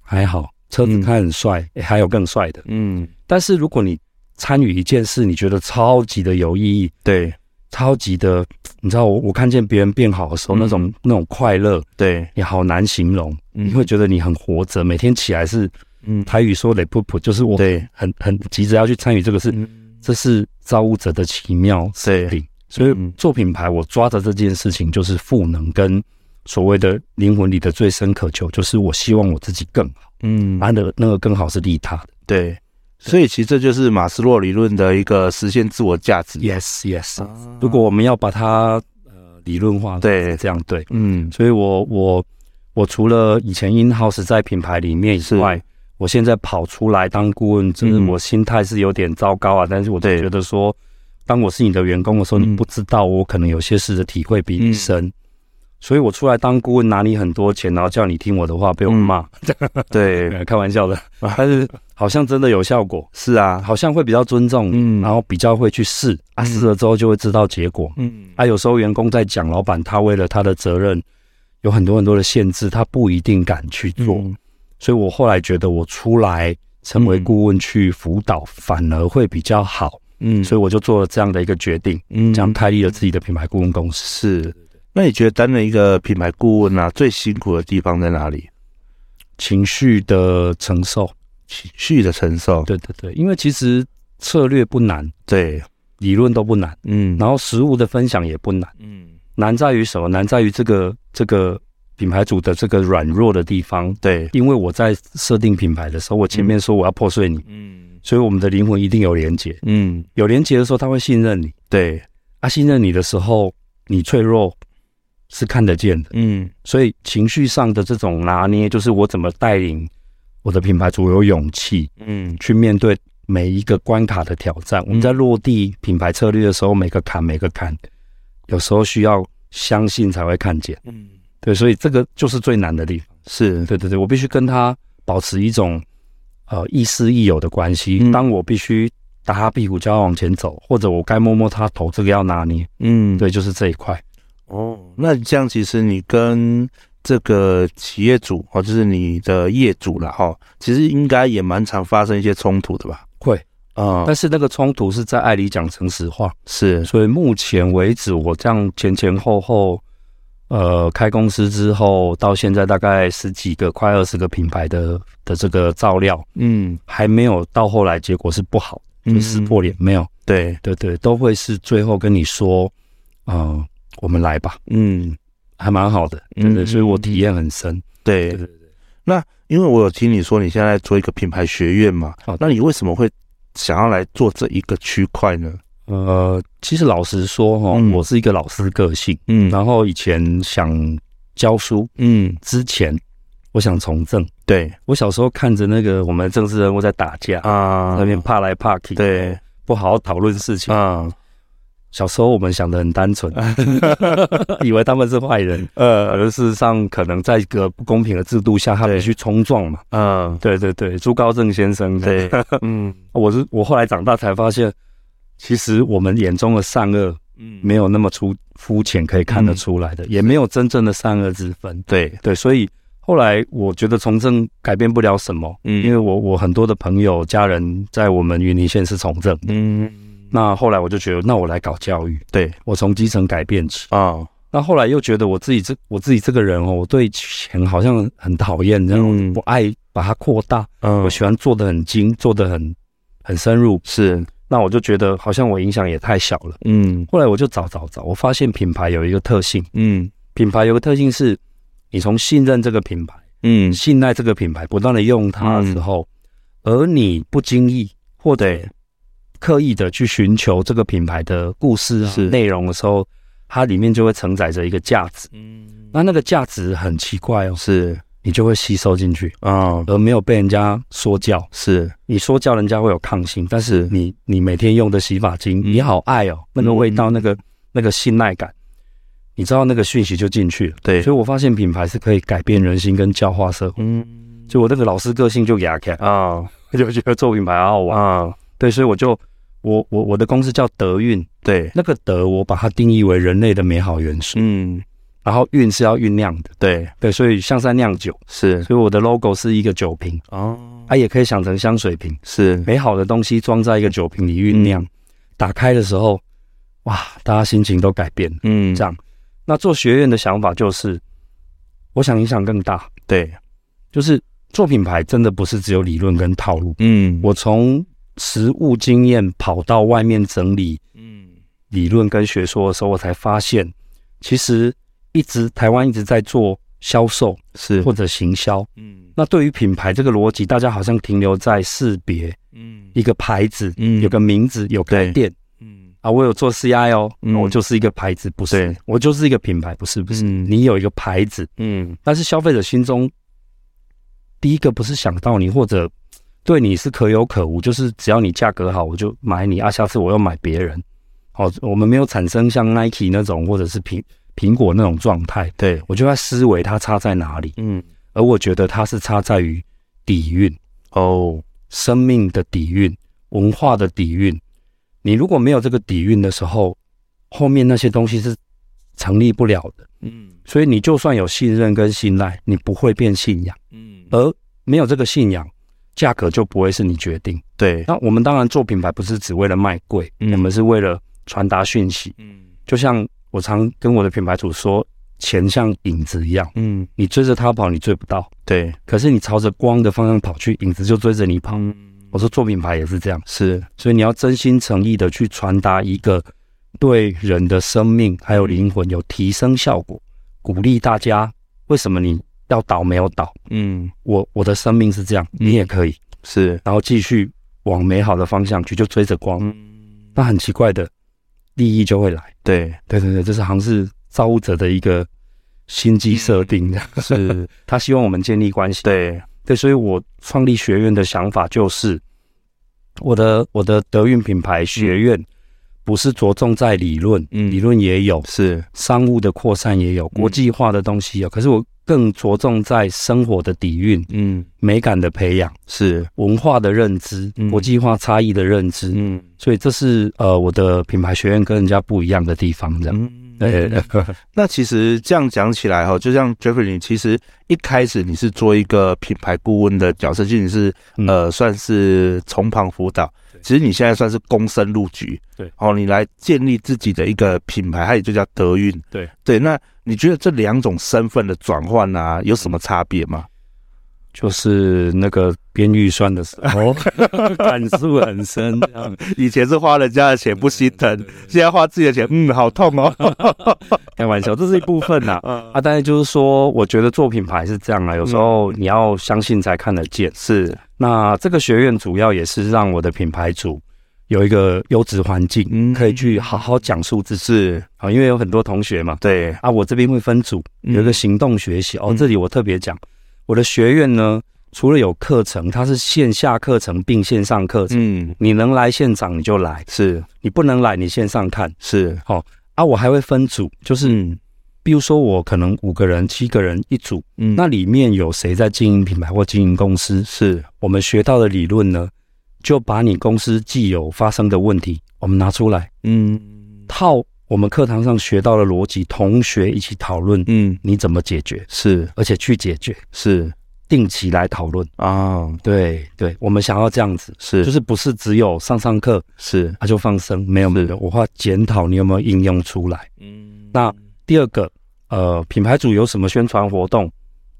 S3: 还好，车子开很帅，诶还有更帅的。
S2: 嗯，
S3: 但是如果你参与一件事，你觉得超级的有意义，
S2: 对
S3: 超级的，你知道我我看见别人变好的时候，
S2: 嗯
S3: 那种那种快乐
S2: 对，
S3: 也好难形容。
S2: 你
S3: 你会觉得你很活着，每天起来是
S2: 嗯，
S3: 台语说“累不普”，就是我
S2: 对
S3: 很很急着要去参与这个事，
S2: 嗯
S3: 这是造物者的奇妙
S2: 对
S3: 品。所以
S2: 嗯
S3: 做品牌，我抓着这件事情就是赋能跟所谓的灵魂里的最深渴求，就是我希望我自己更好，
S2: 嗯，
S3: 他的那个更好是利他的。
S2: 对，所以其实这就是马斯洛理论的一个实现自我价值。
S3: Yes, yes。如果我们要把它呃理论化，
S2: 对
S3: 这样对。
S2: 嗯
S3: 所以我我我除了以前 in house 在品牌里面以
S2: 是
S3: 外，我现在跑出来当顾问，就是
S2: 嗯
S3: 我心态是有点糟糕啊，但是我就
S2: 对
S3: 觉得说，当我是你的员工的时候，
S2: 嗯
S3: 你不知道我可能有些事的体会比你
S2: 嗯
S3: 深。所以我出来当顾问拿你很多钱，然后叫你听我的话，被我骂，
S2: 对，
S3: 开玩 笑的。但是好像真的有效果，
S2: 是啊，
S3: 好像会比较尊重，
S2: 嗯
S3: 然后比较会去试啊，
S2: 嗯
S3: 试了之后就会知道结果。
S2: 嗯
S3: 啊，有时候员工在讲，老板他为了他的责任，有很多很多的限制，他不一定敢去做。
S2: 嗯
S3: 所以我后来觉得，我出来成为顾问去辅导，反而会比较好。
S2: 嗯
S3: 所以我就做了这样的一个决定，
S2: 嗯
S3: 这样开立了自己的品牌顾问公司。
S2: 是。那你觉得担任一个品牌顾问啊，最辛苦的地方在哪里？
S3: 情绪的承受，
S2: 情绪的承受。
S3: 对对对，因为其实策略不难，
S2: 对，
S3: 理论都不难，
S2: 嗯，
S3: 然后实物的分享也不难。
S2: 嗯，
S3: 难在于什么？难在于这个这个品牌组的这个软弱的地方，
S2: 对，
S3: 因为我在设定品牌的时候，我前面说我要破碎你，
S2: 嗯
S3: 所以我们的灵魂一定有连结。
S2: 嗯，
S3: 有连结的时候，他会信任你。
S2: 对，
S3: 啊，信任你的时候，你脆弱是看得见的。
S2: 嗯
S3: 所以情绪上的这种拿捏，就是我怎么带领我的品牌主有勇气
S2: 嗯
S3: 去面对每一个关卡的挑战。我们在落地品牌策略的时候，每个坎每个坎，有时候需要相信才会看见。
S2: 嗯，
S3: 对，所以这个就是最难的地方。
S2: 是，
S3: 对对对，我必须跟他保持一种呃亦师亦友的关系。
S2: 嗯
S3: 当我必须打他屁股叫他往前走，或者我该摸摸他头，这个要拿捏。
S2: 嗯，
S3: 对，就是这一块。
S2: 哦，那这样其实你跟这个企业主哦，就是你的业主了哈、哦，其实应该也蛮常发生一些冲突的吧？
S3: 会，
S2: 啊、
S3: 但是那个冲突是在爱里讲诚实话，
S2: 是，
S3: 所以目前为止，我这样前前后后，呃，开公司之后到现在大概十几个、快二十个品牌的的这个照料，
S2: 嗯，
S3: 还没有到后来结果是不好，就
S2: 嗯
S3: 撕破脸没有，
S2: 对，
S3: 对对，都会是最后跟你说，呃，我们来吧，
S2: 嗯，
S3: 还蛮好的，对
S2: 嗯
S3: 对，所以我体验很深。
S2: 对，
S3: 对对对，
S2: 因为我有听你说你现在做一个品牌学院嘛，
S3: 好
S2: 那你为什么会想要来做这一个区块呢？
S3: 呃，其实老实说哈、
S2: 嗯
S3: 我是一个老师个性，
S2: 嗯
S3: 然后以前想教书
S2: 嗯，
S3: 之前，我想从政。
S2: 对
S3: 我小时候看着那个我们政治人物在打架，
S2: 啊，
S3: 那边怕来怕去，，
S2: 对
S3: 不好好讨论事情。
S2: 啊，
S3: 小时候我们想的很 单纯，以为他们是坏人，
S2: 呃
S3: 而事实上可能在一个不公平的制度下，他们去冲撞嘛。
S2: 嗯，
S3: 对对对，朱高正先生，
S2: 对， 嗯
S3: 我是我后来长大才发现，其实我们眼中的善恶
S2: 嗯，
S3: 没有那么粗肤浅可以看得出来的，也没有真正的善恶之分。
S2: 对，
S3: 对，所以后来我觉得从政改变不了什么，
S2: 嗯
S3: 因为我我很多的朋友家人在我们云林县是从政，
S2: 嗯，
S3: 那后来我就觉得，那我来搞教育，
S2: 对
S3: 我从基层改变起。
S2: 啊，
S3: 那后来又觉得我自己这我自己这个人哦，我对钱好像很讨厌，然后
S2: 嗯
S3: 我爱把它扩大，
S2: 嗯
S3: 我喜欢做的很精，做的很很深入。
S2: 是，
S3: 那我就觉得好像我影响也太小了。
S2: 嗯
S3: 后来我就找找找，我发现品牌有一个特性，
S2: 嗯
S3: 品牌有个特性是，你从信任这个品牌、
S2: 嗯，
S3: 信赖这个品牌，不断的用它的时候，而你不经意或者
S2: 对
S3: 刻意的去寻求这个品牌的故事啊
S2: 是
S3: 内容的时候，它里面就会承载着一个价值。
S2: 嗯，
S3: 那那个价值很奇怪哦，
S2: 是
S3: 你就会吸收进去，
S2: 啊，
S3: 而没有被人家说教。
S2: 是
S3: 你说教人家会有抗性，但是
S2: 是
S3: 你你每天用的洗发精，
S2: 嗯
S3: 你好爱哦，那个味道，
S2: 嗯
S3: 那个那个信赖感，你知道那个讯息就进去了。
S2: 对
S3: 所，以我发现品牌是可以改变人心跟教化社会。
S2: 嗯
S3: 就我那个老师个性就给他看，
S2: 啊
S3: 我就觉得做品牌好好玩。
S2: 啊，
S3: 对，所以我就我我我的公司叫德运，
S2: 对，
S3: 那个德我把它定义为人类的美好元素，
S2: 嗯，
S3: 然后运是要酝酿的，
S2: 对，
S3: 对，所以像在酿酒，
S2: 是，
S3: 所以我的 logo 是一个酒瓶，
S2: 哦，
S3: 啊它、也可以想成香水瓶，
S2: 是，嗯
S3: 美好的东西装在一个酒瓶里酝酿，打开的时候，哇，大家心情都改变了。
S2: 嗯，
S3: 这样那做学院的想法就是，我想影响更大，
S2: 对，
S3: 就是做品牌真的不是只有理论跟套路，
S2: 嗯，，
S3: 我从实物经验跑到外面整理
S2: 嗯，
S3: 理论跟学说的时候，我才发现，其实一直台湾一直在做销售
S2: 是，
S3: 或者行销。
S2: 嗯，
S3: 那对于品牌这个逻辑，大家好像停留在识别
S2: 嗯，
S3: 一个牌子，
S2: 嗯
S3: 有个名字，有个
S2: 对
S3: 店
S2: 嗯，
S3: 啊，我有做 CI 哦，
S2: 嗯
S3: 我就是一个牌子，不是
S2: 对，
S3: 我就是一个品牌，不是，不是，
S2: 嗯
S3: 你有一个牌子，
S2: 嗯，
S3: 但是消费者心中第一个不是想到你，或者对你是可有可无，就是只要你价格好，我就买你啊，下次我又买别人。好，我们没有产生像 Nike 那种或者是苹苹果那种状态，
S2: 对，
S3: 我就在思维它差在哪里，
S2: 嗯，
S3: 而我觉得它是差在于底蕴、
S2: 哦，
S3: 生命的底蕴、文化的底蕴。你如果没有这个底蕴的时候，后面那些东西是成立不了的。
S2: 嗯，
S3: 所以你就算有信任跟信赖，你不会变信仰。
S2: 嗯，
S3: 而没有这个信仰，价格就不会是你决定。
S2: 对，
S3: 那我们当然做品牌不是只为了卖贵，
S2: 嗯
S3: 我们是为了传达讯息。
S2: 嗯，
S3: 就像我常跟我的品牌主说，钱像影子一样，
S2: 嗯，
S3: 你追着它跑，你追不到；
S2: 对，
S3: 可是你朝着光的方向跑去，影子就追着你跑。
S2: 嗯，
S3: 我说做品牌也是这样，
S2: 是，
S3: 所以你要真心诚意的去传达一个对人的生命还有灵魂有提升效果，鼓励大家。为什么你要倒没有倒？
S2: 嗯，
S3: 我我的生命是这样，你也可以。
S2: 是，
S3: 然后继续往美好的方向去，就追着光。
S2: 嗯，
S3: 那很奇怪的，利益就会来。
S2: 对，
S3: 对对对，这是好像是造物者的一个心机设定，
S2: 嗯 是，
S3: 他希望我们建立关系。
S2: 对，
S3: 对，所以我创立学院的想法就是，我的我的德运品牌学院不是着重在理论，
S2: 嗯
S3: 理论也有，
S2: 是，嗯
S3: 商务的扩散也有，国际化的东西有，可是我更着重在生活的底蕴、
S2: 嗯，
S3: 美感的培养、
S2: 是，
S3: 文化的认知、
S2: 嗯
S3: 国际化差异的认知。
S2: 嗯，
S3: 所以这是呃我的品牌学院跟人家不一样的地方，这样。
S2: 嗯，
S3: 呃、
S2: 那其实这样讲起来哈，就像 Jeffrey，你其实一开始你是做一个品牌顾问的角色，其实你是、
S3: 嗯
S2: 呃算是从旁辅导。其实你现在算是躬身入局，
S3: 对，
S2: 哦，你来建立自己的一个品牌，它也就叫德运，
S3: 对
S2: 对。那你觉得这两种身份的转换啊，有什么差别吗？
S3: 就是那个编预算的时 候，哦 感触很深。这样
S2: 以前是花人家的钱不心疼，现在花自己的钱，嗯，好痛哦。
S3: 开玩笑，这是一部分呐、
S2: 嗯
S3: 啊。啊，但是就是说，我觉得做品牌是这样啊，有时候你要相信才看得见。
S2: 嗯是，
S3: 那这个学院主要也是让我的品牌组有一个优质环境，
S2: 嗯
S3: 可以去好好讲述自己
S2: 是，
S3: 啊，因为有很多同学嘛，
S2: 对，
S3: 啊，我这边会分组，
S2: 嗯
S3: 有一个行动学习、哦。
S2: 嗯
S3: 这里我特别讲，我的学院呢，除了有课程，它是线下课程并线上课程，
S2: 嗯，
S3: 你能来现场你就来，
S2: 是
S3: 你不能来你线上看
S2: 是，
S3: 啊。我还会分组，就是
S2: 嗯
S3: 比如说我可能五个人、七个人一组，
S2: 嗯，
S3: 那里面有谁在经营品牌或经营公司，
S2: 是，
S3: 我们学到的理论呢，就把你公司既有发生的问题，我们拿出来
S2: 嗯
S3: 套我们课堂上学到的逻辑，同学一起讨论
S2: 嗯。
S3: 你怎么解决，
S2: 是
S3: 而且去解决。
S2: 是
S3: 定期来讨论。
S2: 啊，
S3: 对对，我们想要这样子，
S2: 是
S3: 就是不是只有上上课
S2: 是，
S3: 啊就放生，没有没有，我会检讨你有没有应用出来。
S2: 嗯
S3: 那第二个，呃，品牌组有什么宣传活动，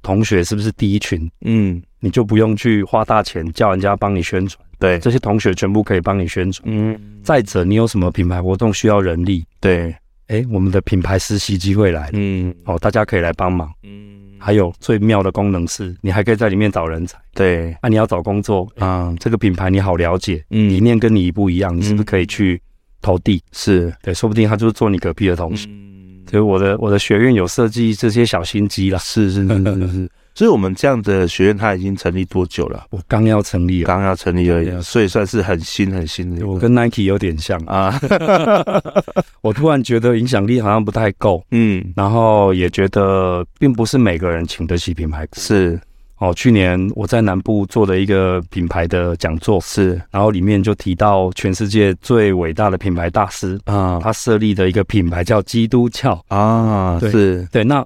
S3: 同学是不是第一群，
S2: 嗯，
S3: 你就不用去花大钱叫人家帮你宣传，
S2: 对，
S3: 这些同学全部可以帮你宣传。
S2: 嗯，
S3: 再者，你有什么品牌活动需要人力？
S2: 对，
S3: 哎，我们的品牌实习机会来了，
S2: 嗯
S3: 哦，大家可以来帮忙。
S2: 嗯，
S3: 还有最妙的功能是，你还可以在里面找人才。
S2: 对，
S3: 啊，你要找工作，
S2: 啊，
S3: 这个品牌你好了解，
S2: 嗯
S3: 理念跟你不一样，你是不是
S2: 嗯
S3: 可以去投递？
S2: 是，
S3: 对，说不定他就是做你隔壁的同事。
S2: 嗯，
S3: 所以我的我的学院有设计这些小心机啦。
S2: 是是是是是，所以我们这样的学院它已经成立多久了？
S3: 我刚要成立了，
S2: 刚要成立而
S3: 对啊
S2: 已，所以算是很新很新的一个。
S3: 我跟 Nike 有点像啊，
S2: 啊，
S3: 我突然觉得影响力好像不太够，
S2: 嗯，
S3: 然后也觉得并不是每个人请得起品牌股
S2: 是，
S3: 哦，去年我在南部做的一个品牌的讲座，
S2: 是
S3: 然后里面就提到全世界最伟大的品牌大师，
S2: 啊
S3: 他设立的一个品牌叫基督教。
S2: 啊，
S3: 对
S2: 是
S3: 对，那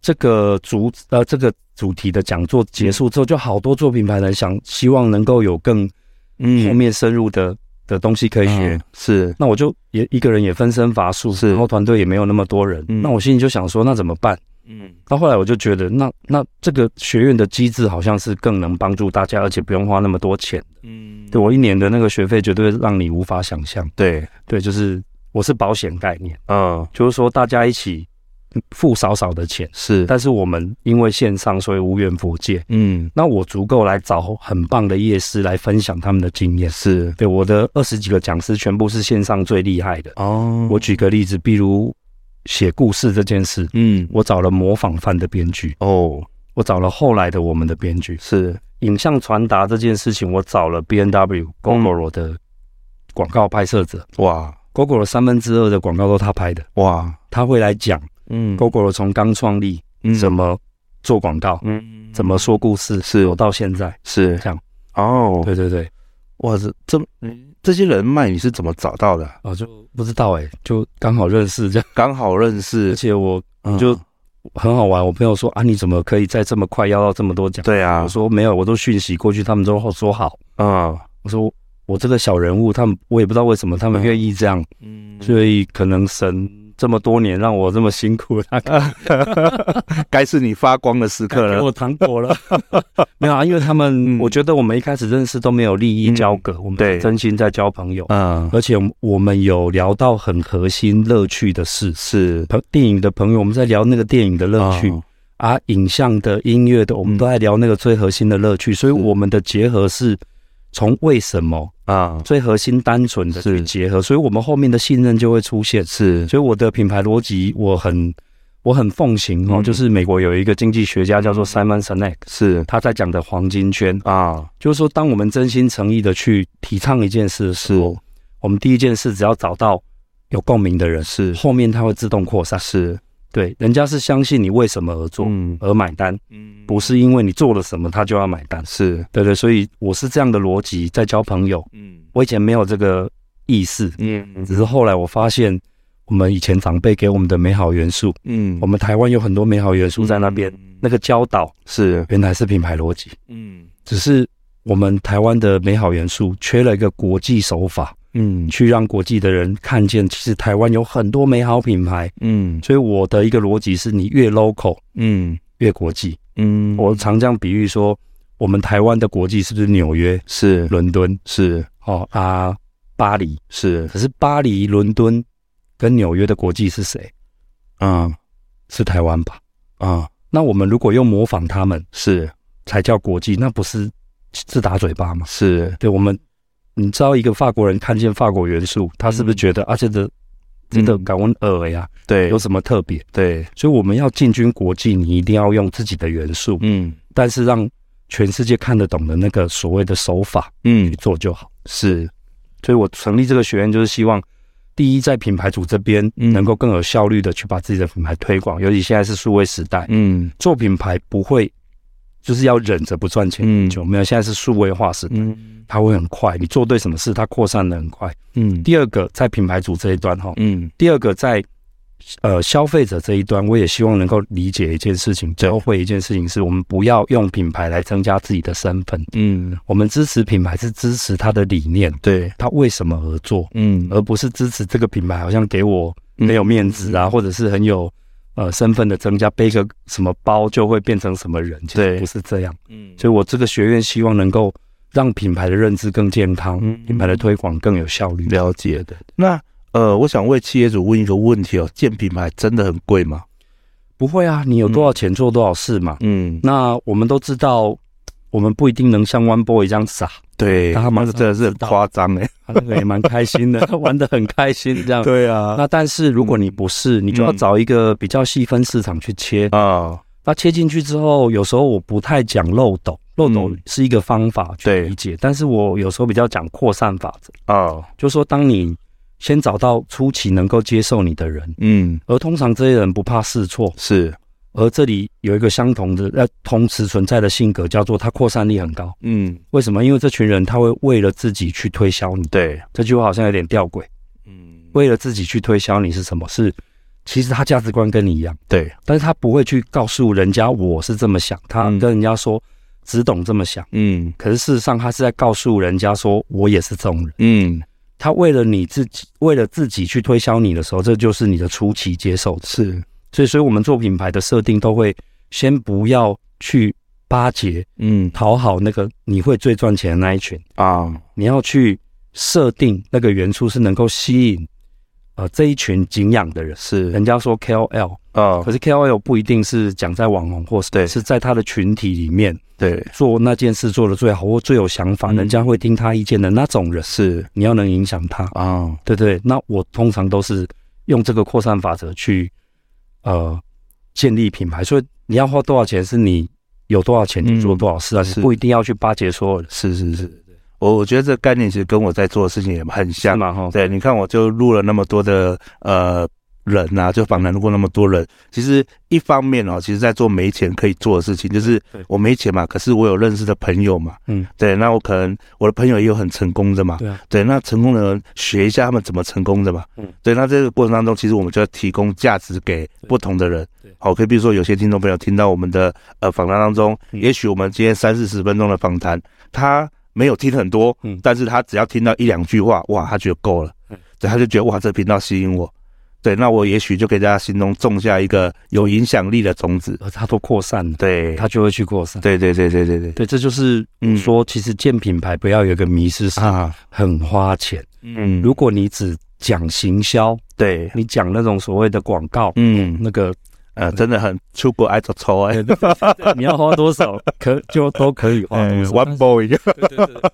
S3: 这个主呃这个主题的讲座结束之后，就好多做品牌的人想希望能够有更
S2: 嗯
S3: 后面深入的的东西可以学。
S2: 嗯是
S3: 那我就也一个人也分身乏术，
S2: 是
S3: 然后团队也没有那么多人，
S2: 嗯
S3: 那我心里就想说，那怎么办？
S2: 嗯
S3: 到后来我就觉得，那那这个学院的机制好像是更能帮助大家，而且不用花那么多钱。
S2: 嗯
S3: 对我一年的那个学费，绝对让你无法想象。
S2: 对
S3: 对，就是我是保险概念，
S2: 嗯
S3: 就是说大家一起付少少的钱，
S2: 是
S3: 但是我们因为线上，所以无缘佛界。
S2: 嗯
S3: 那我足够来找很棒的业师来分享他们的经验。
S2: 是
S3: 对，我的二十几个讲师全部是线上最厉害的。
S2: 哦
S3: 我举个例子，比如写故事这件事，
S2: 嗯
S3: 我找了模仿犯的编剧，
S2: 哦
S3: 我找了后来的我们的编剧，
S2: 是
S3: 影像传达这件事情，我找了 B N
S2: 嗯
S3: W Gogoro 的广告拍摄者
S2: 哇
S3: ，Gogoro 三分之二的广告都他拍的，
S2: 哇
S3: 他会来讲
S2: 嗯
S3: Gogoro 从刚创立
S2: 嗯
S3: 怎么做广告，
S2: 嗯
S3: 怎么说故事，
S2: 是
S3: 有到现在。
S2: 是
S3: 这样
S2: 哦
S3: 对对对，
S2: 哇这这这些人脉你是怎么找到的？
S3: 哦，就不知道哎、就刚好认识这样，
S2: 刚好认
S3: 而
S2: 识
S3: 且我
S2: 嗯
S3: 就很好玩。我朋友说啊，你怎么可以在这么快要到这么多奖？
S2: 对啊
S3: 我说没有，我都讯息过去，他们都说好。
S2: 嗯
S3: 我说我这个小人物，他们我也不知道为什么他们愿意这样，
S2: 嗯
S3: 所以可能神这么多年让我这么辛苦，他给
S2: 该是你发光的时刻了
S3: 哎我糖 果了。没有啊，因为他
S2: 嗯
S3: 们、我觉得我们一开始认识都没有利益交割，我们
S2: 对
S3: 是真心在交朋友，
S2: 嗯
S3: 而且我们有聊到很核心乐趣的事。
S2: 是
S3: 朋电影的朋友，我们在聊那个电影的乐趣、
S2: 嗯
S3: 啊，影像的、音乐的，我们
S2: 嗯
S3: 都在聊那个最核心的乐趣，所以
S2: 是
S3: 我们的结合是从为什么
S2: 啊
S3: 最核心、单纯的去
S2: 是
S3: 结合，所以我们后面的信任就会出现。
S2: 是
S3: 所以我的品牌逻辑，我很我很奉行哦，
S2: 嗯
S3: 就是美国有一个经济学家叫做 Simon Sinek，
S2: 是
S3: 他在讲的黄金圈，
S2: 啊
S3: 就是说，当我们真心诚意的去提倡一件事的时候，我们第一件事只要找到有共鸣的人，
S2: 是
S3: 后面它会自动扩散。
S2: 是
S3: 对，人家是相信你为什么而做。
S2: 嗯
S3: 而买单，
S2: 嗯
S3: 不是因为你做了什么他就要买单，
S2: 是
S3: 对对，所以我是这样的逻辑在交朋友。
S2: 嗯
S3: 我以前没有这个意识，
S2: 嗯
S3: 只是后来我发现，我们以前长辈给我们的美好元素，
S2: 嗯
S3: 我们台湾有很多美好元素在那边，
S2: 嗯
S3: 那个教导
S2: 是
S3: 原来是品牌逻辑，
S2: 嗯
S3: 只是我们台湾的美好元素缺了一个国际手法，
S2: 嗯
S3: 去让国际的人看见，其实台湾有很多美好品牌。
S2: 嗯
S3: 所以我的一个逻辑是，你越 local
S2: 嗯
S3: 越国际。
S2: 嗯
S3: 我常这样比喻说，我们台湾的国际是不是纽约、
S2: 是
S3: 伦敦？
S2: 是
S3: 哦啊，巴黎。
S2: 是
S3: 可是巴黎、伦敦跟纽约的国际是谁？
S2: 啊
S3: 是台湾吧？
S2: 啊
S3: 那我们如果又模仿他们
S2: 是
S3: 才叫国际，那不是自打嘴巴吗？
S2: 是
S3: 对我们，你知道一个法国人看见法国元素，他是不是觉得、啊，这个真的
S2: 嗯
S3: 感恩尔呀，
S2: 对
S3: 有什么特别？
S2: 对
S3: 所以我们要进军国际，你一定要用自己的元素，
S2: 嗯
S3: 但是让全世界看得懂的那个所谓的手法
S2: 嗯
S3: 去做就好。
S2: 是
S3: 所以我成立这个学院，就是希望第一，在品牌组这边
S2: 嗯
S3: 能够更有效率的去把自己的品牌推广，尤其现在是数位时代，
S2: 嗯
S3: 做品牌不会就是要忍着不赚钱
S2: 嗯
S3: 很久，没有，现在是数位化时代，
S2: 嗯
S3: 它会很快，你做对什么事，它扩散的很快。
S2: 嗯
S3: 第二个，在品牌组这一端哈，
S2: 嗯
S3: 第二个在。呃，消费者这一端，我也希望能够理解一件事情，教会一件事情，是我们不要用品牌来增加自己的身份。
S2: 嗯
S3: 我们支持品牌是支持它的理念，
S2: 对
S3: 它为什么而做，
S2: 嗯
S3: 而不是支持这个品牌，好像给我没有面子啊，或者是很有呃身份的增加，背个什么包就会变成什么人，其实
S2: 对
S3: 不是这样。
S2: 嗯
S3: 所以我这个学院希望能够让品牌的认知更健康，
S2: 嗯
S3: 品牌的推广更有效率。
S2: 了解
S3: 的，
S2: 那呃，我想为企业主问一个问题哦，建品牌真的很贵吗？
S3: 不会啊，你有多少钱做多少事嘛。
S2: 嗯，
S3: 那我们都知道，我们不一定能像 One Boy 这样 傻，
S2: 对，
S3: 大家马
S2: 那
S3: 上
S2: 个真的是很
S3: 知道
S2: 夸张哎。
S3: 他那个也蛮开 心的，玩得很开心这样。
S2: 对啊，
S3: 那但是如果你不是，你就要
S2: 嗯
S3: 找一个比较细分市场去切。
S2: 啊，
S3: 那切进去之后，有时候我不太讲漏斗，漏斗
S2: 嗯
S3: 是一个方法去理解，但是我有时候比较讲扩散法则，
S2: 哦，
S3: 就说当你先找到初期能够接受你的人，
S2: 嗯，
S3: 而通常这些人不怕试错，
S2: 是，
S3: 而这里有一个相同的，呃，同时存在的性格叫做它扩散力很高。
S2: 嗯，
S3: 为什么？因为这群人他会为了自己去推销你。
S2: 对，
S3: 这句话好像有点吊诡。
S2: 嗯，
S3: 为了自己去推销你是什么？是其实他价值观跟你一样，
S2: 对，
S3: 但是他不会去告诉人家我是这么想，他
S2: 嗯
S3: 跟人家说只懂这么想。
S2: 嗯
S3: 可是事实上，他是在告诉人家说我也是这种人。
S2: 嗯，
S3: 他为了你自己，为了自己去推销你的时候，这就是你的初期接受者。
S2: 是，
S3: 所以，所以我们做品牌的设定都会先不要去巴结、
S2: 嗯
S3: 讨好那个你会最赚钱的那一群，
S2: 啊，
S3: 你要去设定那个元素是能够吸引呃这一群敬仰的人。
S2: 是，
S3: 人家说 KOL，
S2: 哦，
S3: 可是 KOL 不一定是讲在网红或是
S2: 对
S3: 是在他的群体里面
S2: 对，
S3: 做那件事做的最好或最有想法，
S2: 嗯
S3: 人家会听他意见的那种人，
S2: 是
S3: 你要能影响他，
S2: 啊，
S3: 对对。那我通常都是用这个扩散法则去呃建立品牌，所以你要花多少钱是你有多少钱
S2: 嗯
S3: 你做多少事啊，你
S2: 是
S3: 不一定要去巴结所有人，
S2: 是是是，我我觉得这个概念其实跟我在做的事情也很
S3: 是
S2: 像。
S3: 吗？哦哈，
S2: 啊对，你看我就录了那么多的呃人啊，就访谈过那么多人。其实一方面哦，其实在做没钱可以做的事情，就是
S3: 对
S2: 我没钱嘛，可是我有认识的朋友嘛，
S3: 嗯，
S2: 对，那我可能我的朋友也有很成功的嘛，
S3: 对啊，
S2: 对，那成功的人学一下他们怎么成功的嘛。
S3: 嗯，
S2: 对，那这个过程当中，其实我们就要提供价值给不同的人
S3: 对对。
S2: 好，可以比如说有些听众朋友听到我们的呃访谈当中，
S3: 嗯
S2: 也许我们今天三四十分钟的访谈，他没有听很多，
S3: 嗯
S2: 但是他只要听到一两句话，哇，他觉得够了，
S3: 嗯
S2: 对，他就觉得哇，这频道吸引我。对，那我也许就给大家心中种下一个有影响力的种子。
S3: 而他都扩散了，
S2: 对，
S3: 他就会去扩散。
S2: 对对对对对对，
S3: 对，这就是
S2: 嗯
S3: 说，其实建品牌不要有一个迷失，是
S2: 啊，
S3: 很花钱。
S2: 嗯，
S3: 如果你只讲行销，
S2: 对，
S3: 你讲那种所谓的广告，
S2: 嗯，
S3: 那个
S2: 呃，真的很出国挨着抽哎。
S3: 你要花 多少，可就都可以花多
S2: 嗯
S3: 少。
S2: ，One Boy，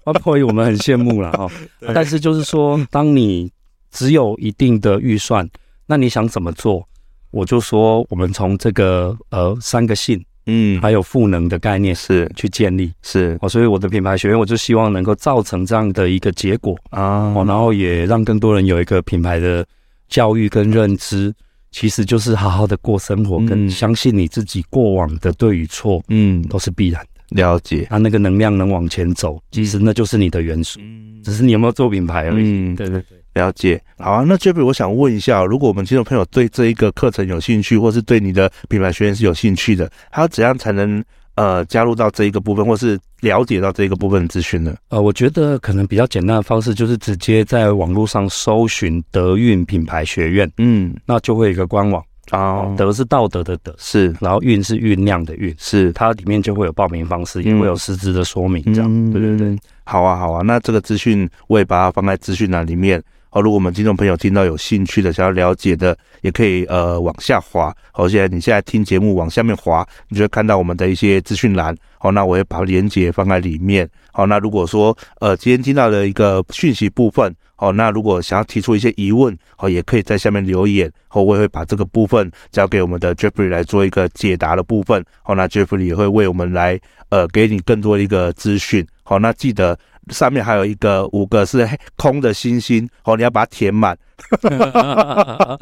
S3: 万破我们很羡慕了哈。但是就是说，当你只有一定的预算，那你想怎么做？我就说，我们从这个呃三个性
S2: 嗯，
S3: 还有赋能的概念
S2: 是
S3: 去建立
S2: 是
S3: 哦，所以我的品牌学院，我就希望能够造成这样的一个结果。
S2: 啊
S3: 哦，然后也让更多人有一个品牌的教育跟认知，其实就是好好的过生活，
S2: 嗯
S3: 跟相信你自己过往的对与错
S2: 嗯，
S3: 都是必然的。
S2: 了解，
S3: 它那个能量能往前走，其实那就是你的元素，
S2: 嗯
S3: 只是你有没有做品牌而已。
S2: 嗯，
S3: 对对对，
S2: 了解。好啊，那 Jeffrey，我想问一下哦，如果我们听众朋友对这一个课程有兴趣，或是对你的品牌学院是有兴趣的，他要怎样才能呃加入到这一个部分，或是了解到这一个部分的资讯呢？
S3: 呃，我觉得可能比较简单的方式就是直接在网络上搜寻德运品牌学院，
S2: 嗯，
S3: 那就会有一个官网，
S2: 哦，
S3: 德是道德的德，
S2: 是
S3: 然后运是酝酿的运，
S2: 是，
S3: 它里面就会有报名方式，也
S2: 嗯
S3: 会有实质的说明，这样。
S2: 嗯
S3: 对对对，
S2: 好啊，好啊，那这个资讯我也把它放在资讯栏里面。好，如果我们听众朋友听到有兴趣的、想要了解的，也可以呃往下滑。好，现在你现在听节目往下面滑，你就会看到我们的一些资讯栏。好，那我会把链接放在里面。好，那如果说呃今天听到的一个讯息部分，好，那如果想要提出一些疑问，好，也可以在下面留言。好，我也会把这个部分交给我们的 Jeffrey 来做一个解答的部分。好，那 Jeffrey 也会为我们来呃给你更多的一个资讯。好，那记得上面还有一个五个是黑空的星星，哦，你要把它填满，嗯哦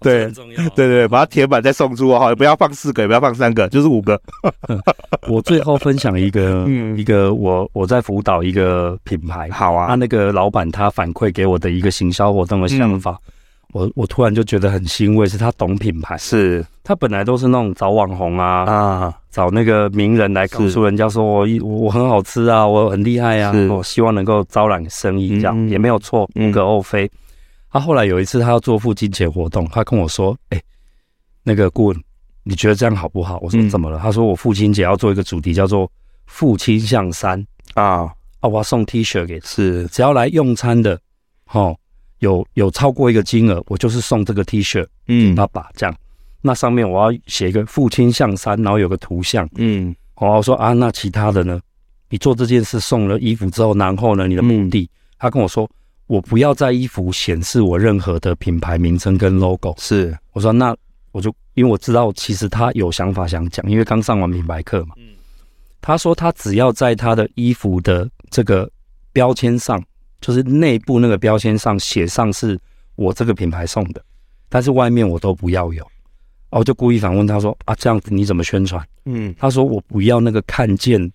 S2: 对
S3: 很重要。
S2: 对对，对把它填满再送出哦，好不要放四个，也不要放三个，就是五个。
S3: 我最后分享一个，
S2: 嗯
S3: 一个我我在辅导一个品牌，
S2: 好
S3: 啊，
S2: 啊，
S3: 那个老板他反馈给我的一个行销活动的
S2: 嗯
S3: 想法，我我突然就觉得很欣慰，是他懂品牌，
S2: 是
S3: 他本来都是那种找网红啊，
S2: 啊，
S3: 找那个名人来告诉人家说我一我我很好吃啊，我很厉害啊
S2: 是，
S3: 我希望能够招揽生意，这样、
S2: 嗯
S3: 也没有错，
S2: 嗯
S3: 无可厚非。他啊后来有一次他要做父亲节活动，他跟我说：“哎、那个顾问，你觉得这样好不好？”我说
S2: 嗯：“
S3: 怎么了？”他说：“我啊父亲节要做一个主题叫做‘父亲像山
S2: 啊，’
S3: 啊，我要送 T 恤给
S2: 是
S3: 只要来用餐的，哦，有有超过一个金额，我就是送这个 T 恤
S2: 嗯
S3: 爸爸这样。那上面我要写一个父亲像山，然后有个图像。”
S2: 嗯
S3: 哦，我说啊，那其他的呢？你做这件事送了衣服之后，然后呢，你的
S2: 嗯
S3: 目的？他跟我说，我不要在衣服显示我任何的品牌名称跟 logo。
S2: 是
S3: 我说那我就因为我知道，其实他有想法想讲，因为刚上完品牌课嘛。他说他只要在他的衣服的这个标签上，就是内部那个标签上写上是我这个品牌送的，但是外面我都不要有。啊，我就故意反问他说啊，这样子你怎么宣传？
S2: 嗯
S3: 他说我不要那个看见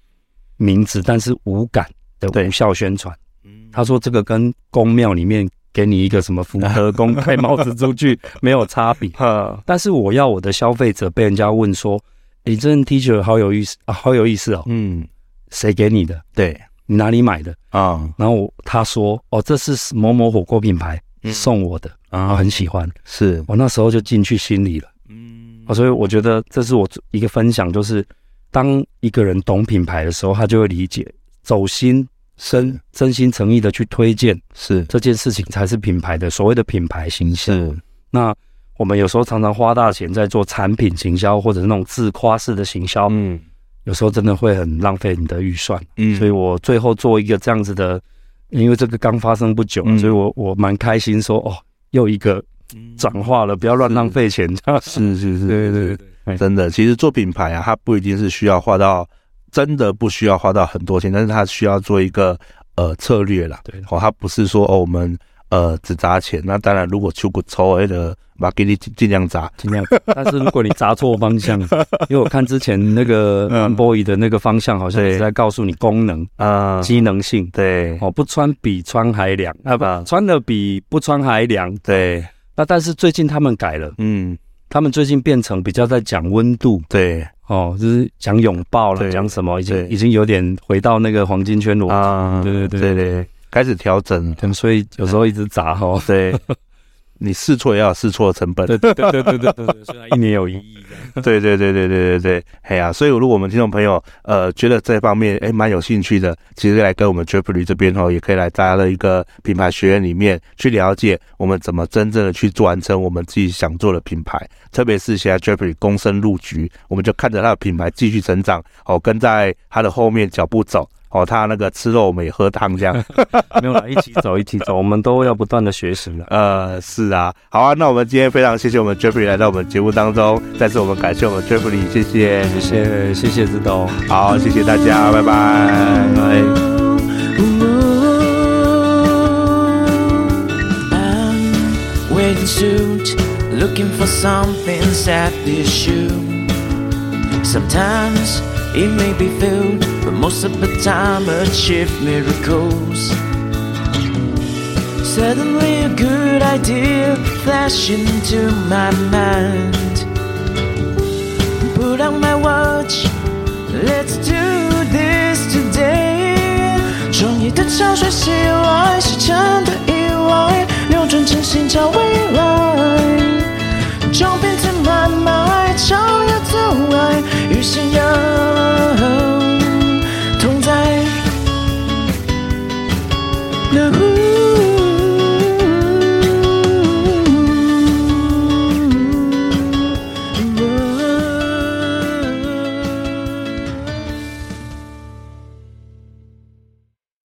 S3: 名字但是无感的
S2: 对
S3: 无效宣传。
S2: 嗯，
S3: 他说这个跟宫庙里面给你一个什么福德宫盖帽子出去没有差 别。
S2: 哈，
S3: 但是我要我的消费者被人家问说，你这件 T 恤好有意思啊，好有意思哦，
S2: 嗯，
S3: 谁给你的？
S2: 对
S3: 你哪里买的？
S2: 啊
S3: 然后我他说哦，这是某某火锅品牌送我的，然
S2: 嗯啊
S3: 后很喜欢。
S2: 是，
S3: 我那时候就进去心里了。
S2: 嗯
S3: 啊，所以我觉得这是我一个分享，就是当一个人懂品牌的时候，他就会理解走心、真真心诚意的去推荐
S2: 是
S3: 这件事情，才是品牌的所谓的品牌形象。
S2: 是，
S3: 那我们有时候常常花大钱在做产品行销或者那种自夸式的行销，
S2: 嗯
S3: 有时候真的会很浪费你的预算。
S2: 嗯
S3: 所以我最后做一个这样子的，因为这个刚发生不久，啊
S2: 嗯
S3: 所以我我蛮开心说哦，又一个转化了，不要乱浪费钱。
S2: 是是是，
S3: 对对
S2: 对
S3: 对
S2: 真的，其实做品牌啊，它不一定是需要花到真的不需要花到很多钱，但是它需要做一个呃策略啦。
S3: 对
S2: 哦，它不是说哦我们呃只砸钱，那当然如果出骨抽那个把给你尽尽量砸，
S3: 尽量。但是如果你砸错方向，因为我看之前那个
S2: 嗯
S3: boy 的那个方向，好像
S2: 对
S3: 是在告诉你功能、
S2: 啊，
S3: 机能性。
S2: 对
S3: 哦，不穿比穿还凉啊！不
S2: 啊，
S3: 穿的比不穿还凉。
S2: 对，
S3: 那但是最近他们改了，
S2: 嗯，
S3: 他们最近变成比较在讲温度
S2: 对
S3: 哦，就是讲拥抱了，
S2: 对
S3: 讲什么已
S2: 对
S3: 经已经有点回到那个黄金圈逻辑。
S2: 啊，
S3: 哦对对
S2: 对对，开始调整了，
S3: 对，所以有时候一直砸哈。
S2: 对。你试错也要有试错的成本，
S3: 对对对对对对，虽然一年有一亿这样，
S2: 对对对对对对对，嘿呀、所以如果我们听众朋友呃觉得这方面哎蛮有兴趣的，其实来跟我们 Jeffrey 这边哦，也可以来加的一个品牌学院里面去了解我们怎么真正的去完成我们自己想做的品牌，特别是现在 Jeffrey 躬身入局，我们就看着他的品牌继续成长，哦，跟在他的后面脚步走。哦，他那个吃肉我们也喝汤这样，
S3: 没有啦，一起走一起走，我们都要不断的学习了。
S2: 呃，是啊，好啊，那我们今天非常谢谢我们 Jeffrey 来到我们节目当中，再次我们感谢我们 Jeffrey，谢谢。
S3: 谢谢谢谢志东。
S2: 好，谢谢大家，拜拜，拜。
S1: I'm waiting suit, looking for something sad this shoe. Sometimes it may be filled, but most of the time achieve miracles. Suddenly a good idea flashed into my mind. Put on my watch. Let's do this today。创意的潮水袭来，是真的意外，